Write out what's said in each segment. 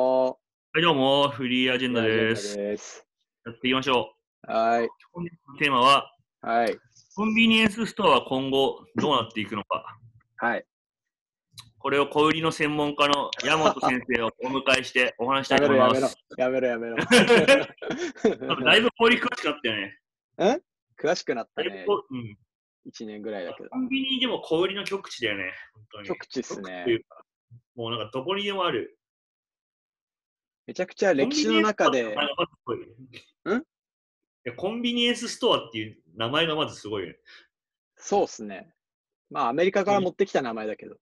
はい、どうも、フリーアジェンダです。です。やっていきましょはい。う。本日のテーマは、はい。コンビニエンスストアは今後どうなっていくのか。はい。これを小売りの専門家の山本先生をお迎えしてお話したいやとめ思ろやめいまろす。。やめろやめろ。多分だいぶ小売り詳しかったよね。 詳しくなっただいぶね。こ、うん、 1年ぐらいだけどコ。ンビニでも小売りの極致だよね。本当に。極致っすねというかもうなんかどこにでもある。めちゃくちゃ歴史の中で、コンビニエンスストアって名前がまずすごいよねんいやコンビニエンスストアっていう名前がまずすごいよね。そうっすね。まあ、アメリカから持ってきた名前だけど。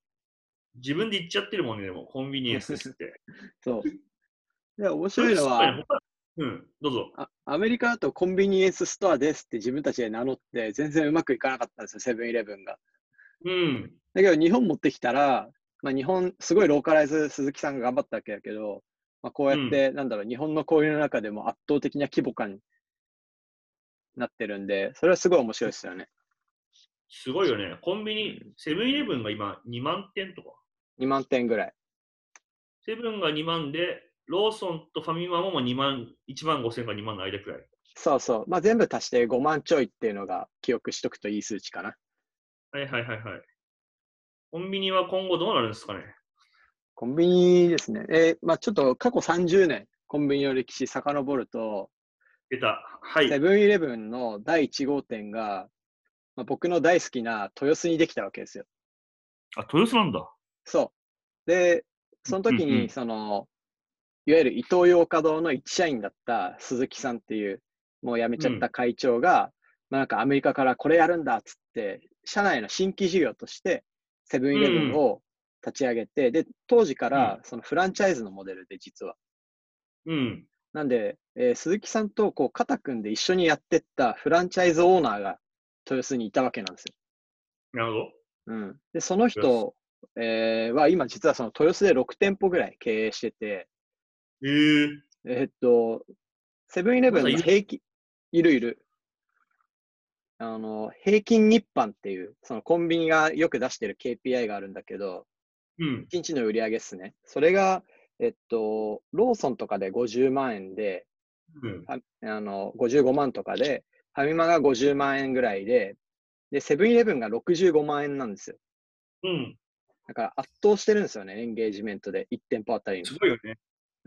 自分で言っちゃってるもんね、でも、コンビニエンスって。 そう。で、面白いのそういうは、の他うん、どうぞ。あアメリカだとコンビニエンスストアですって自分たちで名乗って、全然うまくいかなかったんですよ、セブンイレブンが。うん。だけど、日本持ってきたら、まあ、日本、すごいローカライズ、鈴木さんが頑張ったわけだけど、まあ、こうやって、なんだろう、日本の交流の中でも圧倒的な規模感になってるんで、それはすごい面白いですよね。すごいよね。コンビニ、セブンイレブンが今2万点とか。 2万点ぐらい。セブンが2万で、ローソンとファミマももう2万、1万5千か2万の間くらい。そうそう。まあ、全部足して5万ちょいっていうのが記憶しとくといい数値かな。はいはいはいはい。コンビニは今後どうなるんですかねコンビニですね。えーまあ、ちょっと過去30年、コンビニの歴史遡ると、出た。はい。セブンイレブンの第1号店が、まあ、僕の大好きな豊洲にできたわけですよ。あ、豊洲なんだ。そう。で、その時うんうんに、その、いわゆるイトーヨーカ堂の一社員だった鈴木さんっていう、もう辞めちゃった会長が、まあなんかアメリカからこれやるんだっつって、社内の新規事業として、セブンイレブンを立ち上げて、で、当時からそのフランチャイズのモデルで実は。うん。なんで、えー鈴木さんとこう肩組んで一緒にやってったフランチャイズオーナーが豊洲にいたわけなんですよ。なるほど。うん、で、その人、えーは今実はその豊洲で6店舗ぐらい経営してて、えー、えーっと、セブンイレブンのまだいる平均、いるいる。あの、平均日販っていう、そのコンビニがよく出してる KPI があるんだけど、うん。 1日の売り上げっすね。それが、えっと、ローソンとかで50万円で、うん。ああの、55万とかで、ファミマが50万円ぐらいで、で、セブンイレブンが65万円なんですよ。うん。だから圧倒してるんですよね、エンゲージメントで、1店舗あたりのす。ごいよね。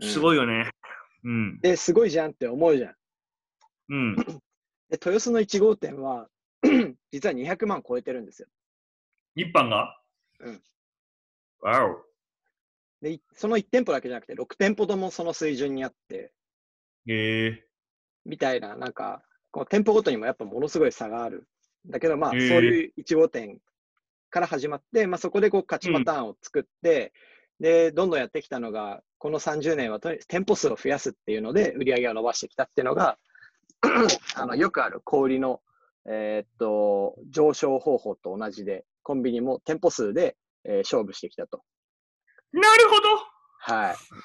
うんすごいよね。うん。で、すごいじゃんって思うじゃん。うん。で、豊洲の1号店は、 実は200万超えてるんですよ。日販がうん。わお。で、いその1店舗だけじゃなくて、6店舗ともその水準にあって、へえみたいな、なんか、こう店舗ごとにもやっぱものすごい差がある。だけど、まあ、へそうーいう1号店から始まって、まあ、そこでこう勝ちパターンを作って、で、どんどんやってきたのが、この30年はとに店舗数を増やすっていうので、売り上げを伸ばしてきたっていうの が、あのよくある小売りの、えーっと上昇方法と同じで、コンビニも店舗数で、えー勝負してきたと。なるほどは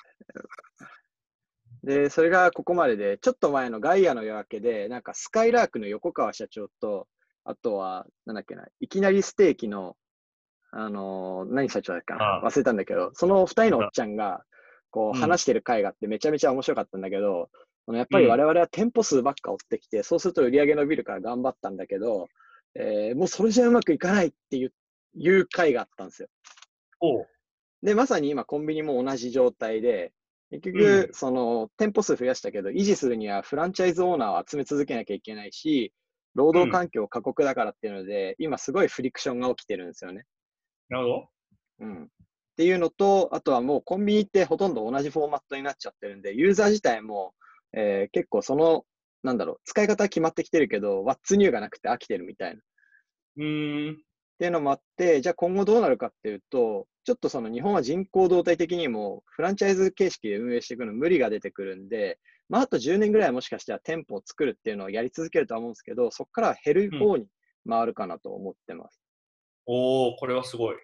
い。で、それがここまでで、ちょっと前のガイアの夜明けで、なんかスカイラークの横川社長と、あとは、なんだっけな、いきなりステーキの、あのー何社長だっけあなあ忘れたんだけど、その二人のおっちゃんが、こうう、ん話してる回があって、めちゃめちゃ面白かったんだけど、そのやっぱり我々は店舗数ばっか追ってきて、そうすると売り上げ伸びるから頑張ったんだけど、えーもうそれじゃうまくいかないっていう、いう回があったんですよ。おうで、まさに今、コンビニも同じ状態で、結局、うんその、店舗数増やしたけど、維持するにはフランチャイズオーナーを集め続けなきゃいけないし、労働環境過酷だからっていうので、今すごいフリクションが起きてるんですよね。なるほど。うん。っていうのと、あとはもうコンビニってほとんど同じフォーマットになっちゃってるんで、ユーザー自体も、えー結構その、なんだろう、使い方は決まってきてるけど、What's new がなくて飽きてるみたいな。うーん。っていうのもあって、じゃあ今後どうなるかっていうと、ちょっとその日本は人口動態的にもフランチャイズ形式で運営していくの無理が出てくるんで、まああと10年ぐらいもしかしたら店舗を作るっていうのをやり続けるとは思うんですけど、そこからは減る方に回るかなと思ってます。おおこれはすごい。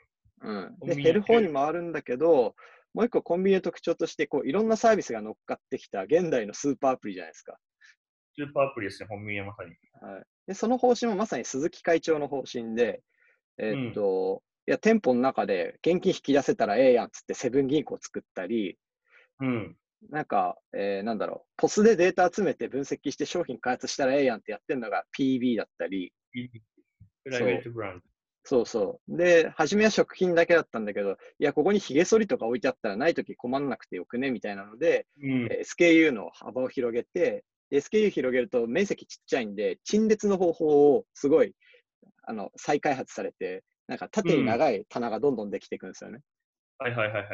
うん。コンで、ビニ減る方に回るんだけど、もう一個コンビニの特徴として、こういろんなサービスが乗っかってきた現代のスーパーアプリじゃないですか。スーパーアプリですね、コンビニはまさに。はい、でその方針もまさに鈴木会長の方針で、えーっといや店舗の中で現金引き出せたらええやんっつってセブン銀行作ったり、うん。なんか、えーなんだろう、ポスでデータ集めて分析して商品開発したらええやんってやってるのが PB だったり、プライベートブランド。そうそう。で、初めは食品だけだったんだけど、いや、ここにヒゲ剃りとか置いてあったらないとき困んなくてよくねみたいなので、うん。えー SKU の幅を広げて、で SKU 広げると面積ちっちゃいんで、陳列の方法をすごいあの再開発されて、なんか縦に長い棚がどんどんできていくんですよね。はいはいはいはい。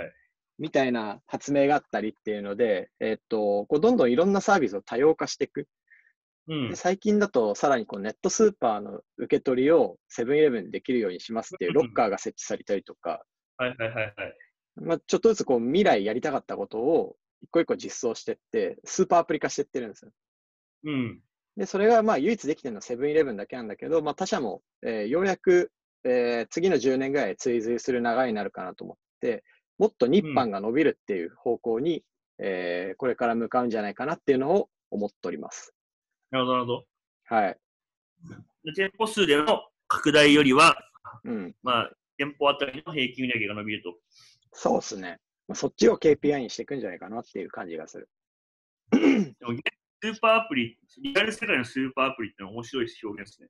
みたいな発明があったりっていうので、えっと、こうどんどんいろんなサービスを多様化していく。うんで。最近だと、さらにこうネットスーパーの受け取りをセブンイレブンでできるようにしますっていううんうんロッカーが設置されたりとか、はいはいはいはい。まあ、ちょっとずつこう未来やりたかったことを一個一個実装していって、スーパーアプリ化していってるんですよ。うん。で、それがまあ唯一できてるのはセブンイレブンだけなんだけど、まあ、他社も、えーようやく、えー次の10年ぐらい追随する流れになるかなと思って、もっと日販が伸びるっていう方向に、えーこれから向かうんじゃないかなっていうのを思っております。なるほどなるほど。はい。で店舗数での拡大よりは、うん。まあ、店舗あたりの平均売上が伸びると。そうですね。まあ、そっちを KPI にしていくんじゃないかなっていう感じがする。でも、スーパーアプリ、リアル世界のスーパーアプリってのは面白い表現ですね。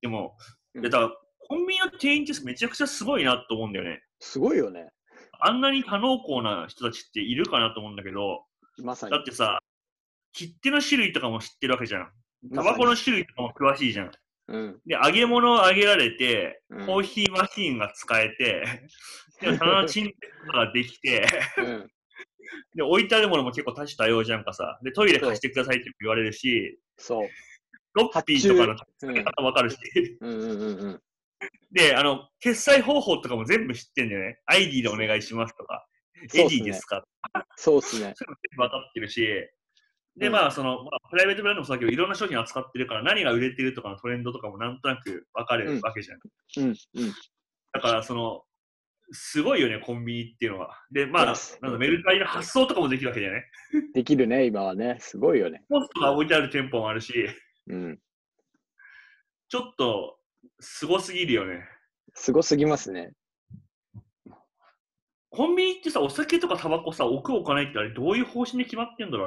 でも、うんでだからコンビニの店員ってめちゃくちゃすごいなと思うんだよね。すごいよね。あんなに多能工な人たちっているかなと思うんだけど、まさにだ。ってさ、切手の種類とかも知ってるわけじゃん。タまさバにコの種類とかも詳しいじゃん。うん。で、揚げ物を揚げられて、うんコーヒーマシーンが使え て、で、棚の陳列とかができて、うん。で、置いてあるものも結構多種多様じゃんかさ。で、トイレ貸してくださいって言われるし、そう。ロッピーとかのうん。使い方わかるし。うんうんうんうん。 で、あの、決済方法とかも全部知ってんだよね。ID でお願いしますとか、そうエっデすィでねす。かそうっすね。そういうの全部分かってるし、で、うんまあ、その、まあ、プライベートブランドもそうだけど、いろんな商品扱ってるから、何が売れてるとかのトレンドとかもなんとなく分かれうんるわけじゃん。うんうん。だから、その、すごいよね、コンビニっていうのは。で、まあ、そうっなんすだメルカリの発送とかもできるわけだよね。できるね、今はね。すごいよね。ポストが置いてある店舗もあるし、うん。ちょっと、すごすぎるよね。すごすぎますね。コンビニってさ、お酒とかタバコさ、置く置かないってあれ、どういう方針で決まってんだろう、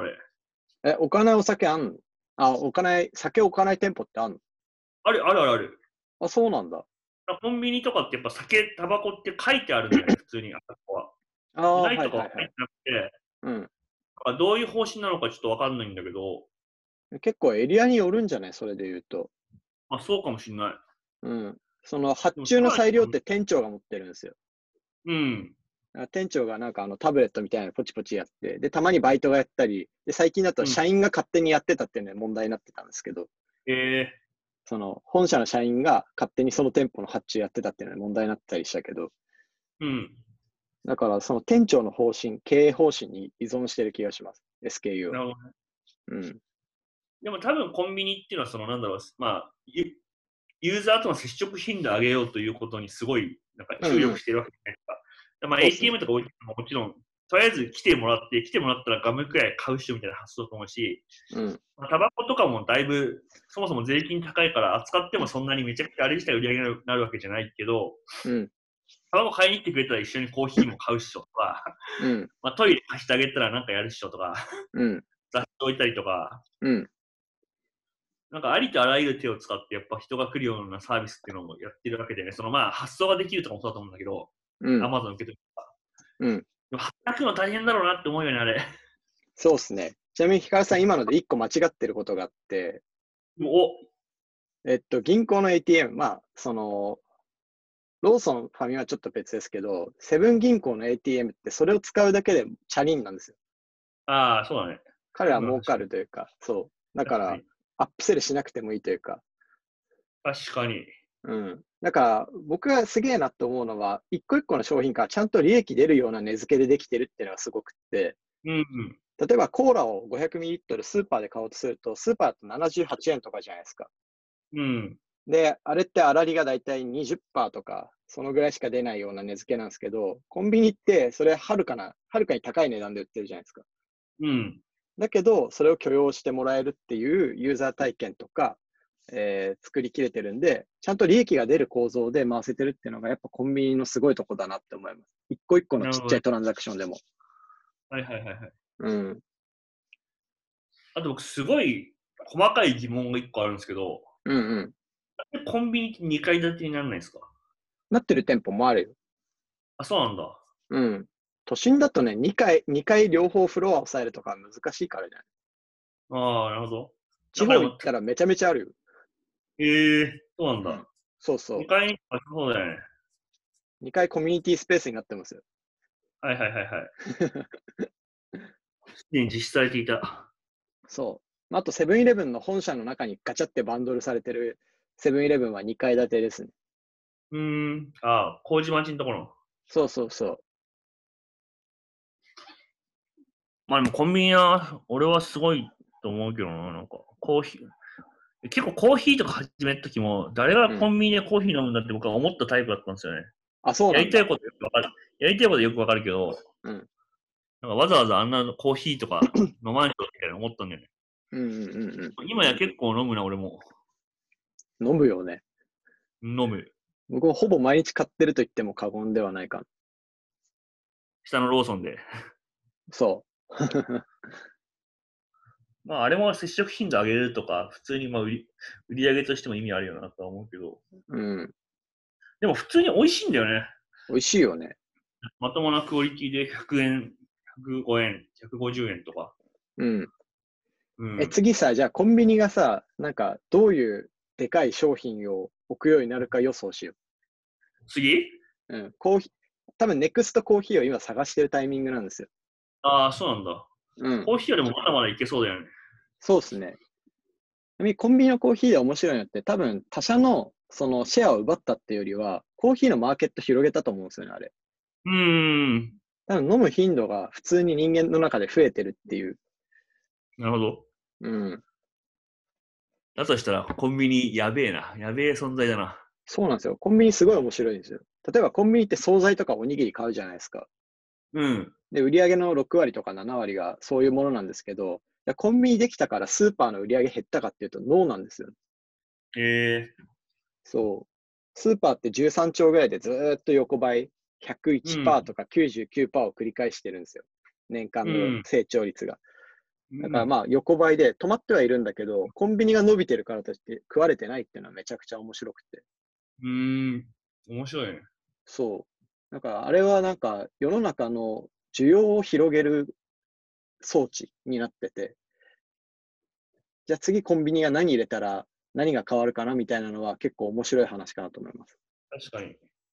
あれ。え、置かないお酒あんのあ、置かない、酒置かない店舗ってあんのあるあるあるある。あ、そうなんだ。コンビニとかってやっぱ酒、タバコって書いてあるんだよね、普通に。あそこは。あー、はないいはいとかはは書いてい。なくて、うん。あどういう方針なのかちょっとわかんないんだけど、結構エリアによるんじゃないそれで言うと。まあそうかもしんない。うん。その発注の裁量って店長が持ってるんですよ。うん。だから店長がなんかあのタブレットみたいなのポチポチやって、で、たまにバイトがやったり、で、最近だと社員が勝手にやってたっていうのが問題になってたんですけど、えその本社の社員が勝手にその店舗の発注やってたっていうのが問題になってたりしたけど、ー、うん。だからその店長の方針、経営方針に依存してる気がします。SKU なは。るほどねうん。でも多分コンビニっていうのは、そのなんだろう、まあ、ユユーザーとの接触頻度を上げようということにすごい、なんか注力してるわけじゃないですか。でまあそうっすね ATM とか置いてるのももちろん、とりあえず来てもらって、来てもらったらガムくらい買う人みたいな発想かもし、うん。まあタバコとかもだいぶ、そもそも税金高いから扱ってもそんなにめちゃくちゃあれ自体売り上げになるわけじゃないけど、うん。タバコ買いに来てくれたら一緒にコーヒーも買うっしょとか、うん。まあ、トイレ貸してあげたらなんかやるっしょとか、 うん。雑誌置いたりとか、うん。なんかありとあらゆる手を使ってやっぱ人が来るようなサービスっていうのもやってるわけで、そのまあ発想ができるとかもそうだと思うんだけど、うアん。マゾン受け取りとか。うん。でも働くの大変だろうなって思うよね、あれ。 そうですね。ちなみに、ヒカルさん、今ので一個間違ってることがあって、お、えっと、銀行の ATM、まあ、その、ローソン、ファミマはちょっと別ですけど、セブン銀行の ATM ってそれを使うだけでチャリンなんですよ。ああ、そうだね。彼らは儲かるというか、そう。だから、アップセルしなくてもいいというか、確かに。うん。だから、僕がすげえなと思うのは、一個一個の商品からちゃんと利益出るような値付けでできてるっていうのがすごくって、うん。例えばコーラを 500ml スーパーで買おうとすると、スーパーだと78円とかじゃないですか。うん。で、あれって粗利がだいたい20%とか、そのぐらいしか出ないような値付けなんですけど、コンビニってそれはるかな、はるかに高い値段で売ってるじゃないですか。うん。だけど、それを許容してもらえるっていうユーザー体験とか、えー作りきれてるんで、ちゃんと利益が出る構造で回せてるっていうのが、やっぱコンビニのすごいとこだなって思います。一個一個のちっちゃいトランザクションでも。はいはいはいはい。うん。あと僕、すごい細かい疑問が1個あるんですけど、うんうん。なんでコンビニって2階建てにならないんですかなってる店舗もあるよ。あ、そうなんだ。うん。都心だとね、2階、二階両方フロアを抑えるとか難しいからじゃないああ、なるほど。地方行ったらめちゃめちゃあるよ。ええそうなんだ。そうそう2。階に、あ、そうだよね。 2階コミュニティスペースになってますよ。はいはいはいはい。 すでに実施されていた。そう。あと、セブンイレブンの本社の中にガチャってバンドルされてるセブンイレブンは2階建てですね。うーん。ああ、麹町のところ。そうそうそう。まあでもコンビニは、俺はすごいと思うけどな、なんか、コーヒー。結構コーヒーとか始めた時も、誰がコンビニでコーヒー飲むんだって僕は思ったタイプだったんですよね。あ、そうやなんりただ。いことよくわかる。やりたいことよくわかるけど、うんなんかわざわざあんなコーヒーとか飲まないとみたいな思ったんだよね。うんうんうんう今や結構飲むな、俺も。ん。飲むよね。飲む。僕はほぼ毎日買ってると言っても過言ではないかな。下のローソンで。そまあ、あれも接触頻度上げるとか、普通にまあ売り売り上げとしても意味あるよなとは思うけど、う。 うん。でも普通に美味しいんだよね。美味しいよね。まともなクオリティで100円、105円、150円とか。うん。うん、え、次さ、じゃあコンビニがさ、なんかどういうでかい商品を置くようになるか予想しよ次う。うん。コーヒー、多分ネクストコーヒーを今探してるタイミングなんですよ。ああ、そうなんだ。うん。コーヒーよりもまだまだいけそうだよね。そうですね。ちなみにコンビニのコーヒーで面白いのって、多分他社のそのシェアを奪ったっていうよりは、コーヒーのマーケット広げたと思うんですよね、あれ。うーん。多分飲む頻度が普通に人間の中で増えてるっていう。なるほど。うん。だとしたら、コンビニやべえな。やべえ存在だな。そうなんですよ。コンビニすごい面白いんですよ。例えばコンビニって惣菜とかおにぎり買うじゃないですか。うん。で、売り上げの6割とか7割がそういうものなんですけど、いやコンビニできたからスーパーの売り上げ減ったかっていうとノーなんですよ。ええそう。スーパーって13兆ぐらいでずーっと横ばい、101%とか99%を繰り返してるんですよ。年間うんの成長率が。ー。だからまあ横ばいで止まってはいるんだけど、コンビニが伸びてるからといって食われてないっていうのはめちゃくちゃ面白くて。うーん。面白いね。そう。だからあれはなんか世の中の需要を広げる装置になってて、じゃあ次コンビニが何入れたら何が変わるかなみたいなのは結構面白い話かなと思います。確かに。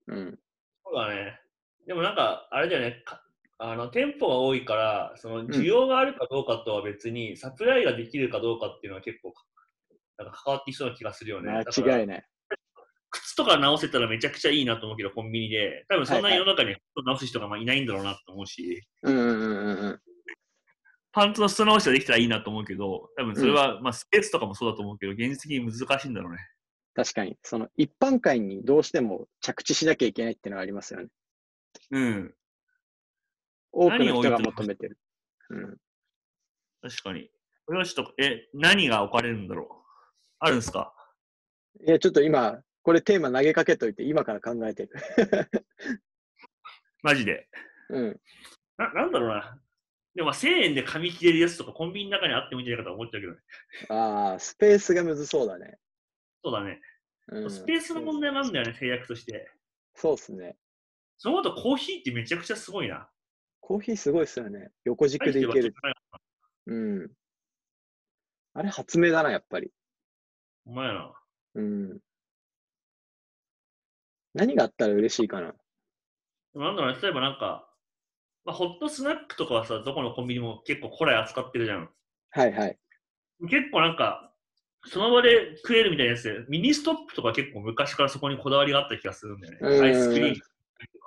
うん。そうだね。でもなんか、あれだよね。かあの店舗が多いから、その需要があるかどうかとは別に、サプライができるかどうかっていうのは結構、なんか関わってきそうな気がするよね。だから間違いない。靴とか直せたらめちゃくちゃいいなと思うけど、コンビニで。多分そんなに世の中に靴直す人がまあいないんだろうなと思うし、うんうんうんうん。パンツの裾直しができたらいいなと思うけど、多分それは、まあスペースとかもそうだと思うけど、現実的に難しいんだろうね。確かに、その一般会にどうしても着地しなきゃいけないっていうのはありますよね。うん。多くの人が何を置いて求めてる。うん、確かに。これはちょっと、え、何が置かれるんだろうあるんですかいや、ちょっと今、これテーマ投げかけといて、今から考えてる。 マジで。うん、な、なんだろうな。でもまあ1000円で紙切れるやつとかコンビニの中にあってもいいんじゃないかと思っちゃうけどね。ああ、スペースがむずそうだね。そうだね。うん、スペースの問題なんだよね、制約として。そうですね。その後コーヒーってめちゃくちゃすごいな。コーヒーすごいですよね。横軸でいける。うん。あれ、発明だな、やっぱり。お前やな。うん。何があったら嬉しいかな。でもなんだろうね、例えばなんか、まあ、ホットスナックとかはさ、どこのコンビニも結構古来扱ってるじゃん。はいはい。結構なんか、その場で食えるみたいなやつで、ミニストップとか結構昔からそこにこだわりがあった気がするんだようんね。アイスクリーム。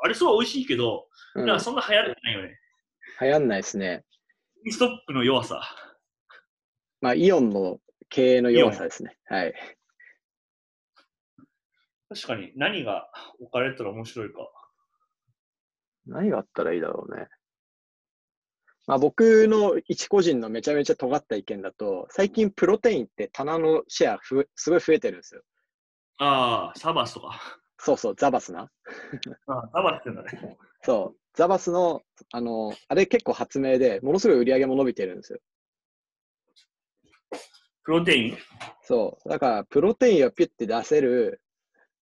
あれすごい美味しいけど、うん、なんか流そんな流行ってないよね。行んないですね。ミニストップの弱さ。まあ、イオンの経営の弱さですね。はい。確かに何が置かれたら面白いか。何があったらいいだろうね。まあ、僕の一個人のめちゃめちゃ尖った意見だと、最近プロテインって棚のシェアふすごい増えてるんですよ。ああ、サバスとか。そうそう、ザバスな。ああサバスってんだね。そう。ザバスの、あの、あれ結構発明で、ものすごい売り上げも伸びてるんですよ。プロテインそう。だから、プロテインをピュッて出せる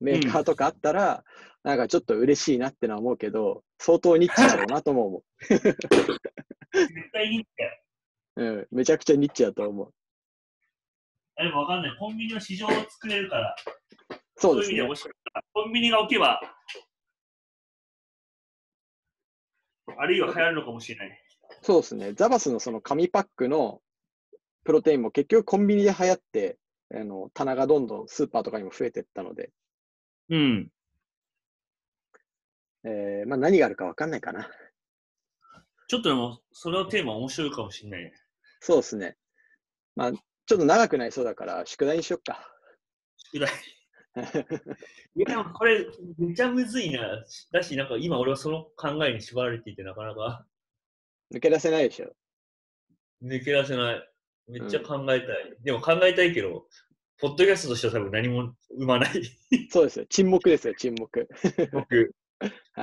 メーカーとかあったら、なんかちょっと嬉しいなってのは思うけど、相当ニッチだろうなとも思絶対にって。う。うん。めちゃくちゃニッチだと思う。あでもわかんない。コンビニの市場を作れるから、そうでいすう意味でね。面白いな。コンビニが置けば、あるいは流行るのかもしれない。そうですね。ザバスのその紙パックのプロテインも結局コンビニで流行って、あの棚がどんどんスーパーとかにも増えていったので、うん。えーまあ、何があるか分かんないかな。 ちょっとでも、それのテーマ面白いかもしれないね。そうですね。まあ、ちょっと長くなりそうだから、宿題にしよっか。 宿題。いや、でもこれ、めちゃむずいな。だし、なんか今俺はその考えに縛られていて、なかなか抜け出せないでしょ。抜け出せない。めっちゃ考えたい。でも考えたいけど、ポッドキャストとしては多分何も生まない。 そうですよ。沈黙ですよ、沈黙。僕。はい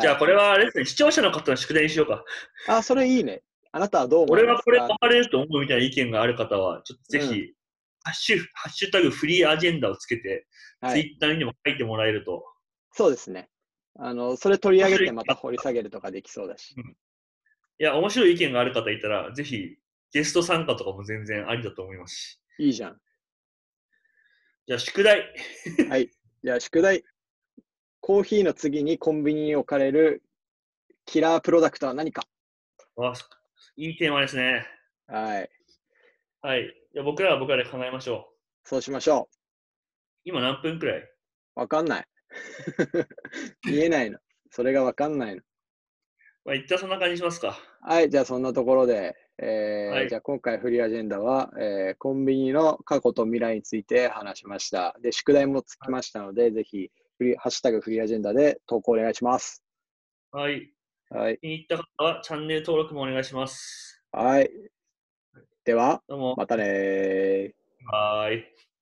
じゃあこれはあれですね、視聴者の方の宿題にしようか。あ、それいいね。あなたはどう思い俺まはすこれか分かれると思うみたいな意見がある方は、ちょっとぜひ、うんハッシュ、ハッシュタグフリーアジェンダをつけて、はツい、イッターにでも書いてもらえると。そうですね。あの、それ取り上げてまた掘り下げるとかできそうだし。いや、面白い意見がある方いたら、ぜひ、ゲスト参加とかも全然ありだと思いますし。いいじゃん。じゃあ宿題。じゃあ、宿題。コーヒーの次にコンビニに置かれるキラープロダクトは何かあいいテーマですね。はい。はい。じゃあ僕らは僕らで考えましょう。そうしましょ。今何分くらいうわかんない。 見えないの。それがわかんないの。まあ、一旦そんな感じにしますか。はい、じゃあそんなところで、えーはいじゃあ今回フリーアジェンダは、えーコンビニの過去と未来について話しました。で、宿題もつきましたので、ぜひフリー、ハッシュタグフリーアジェンダで投稿お願いします。はい。はい。気に入った方はチャンネル登録もお願いします。はい。では、どうも。またねー。はーい。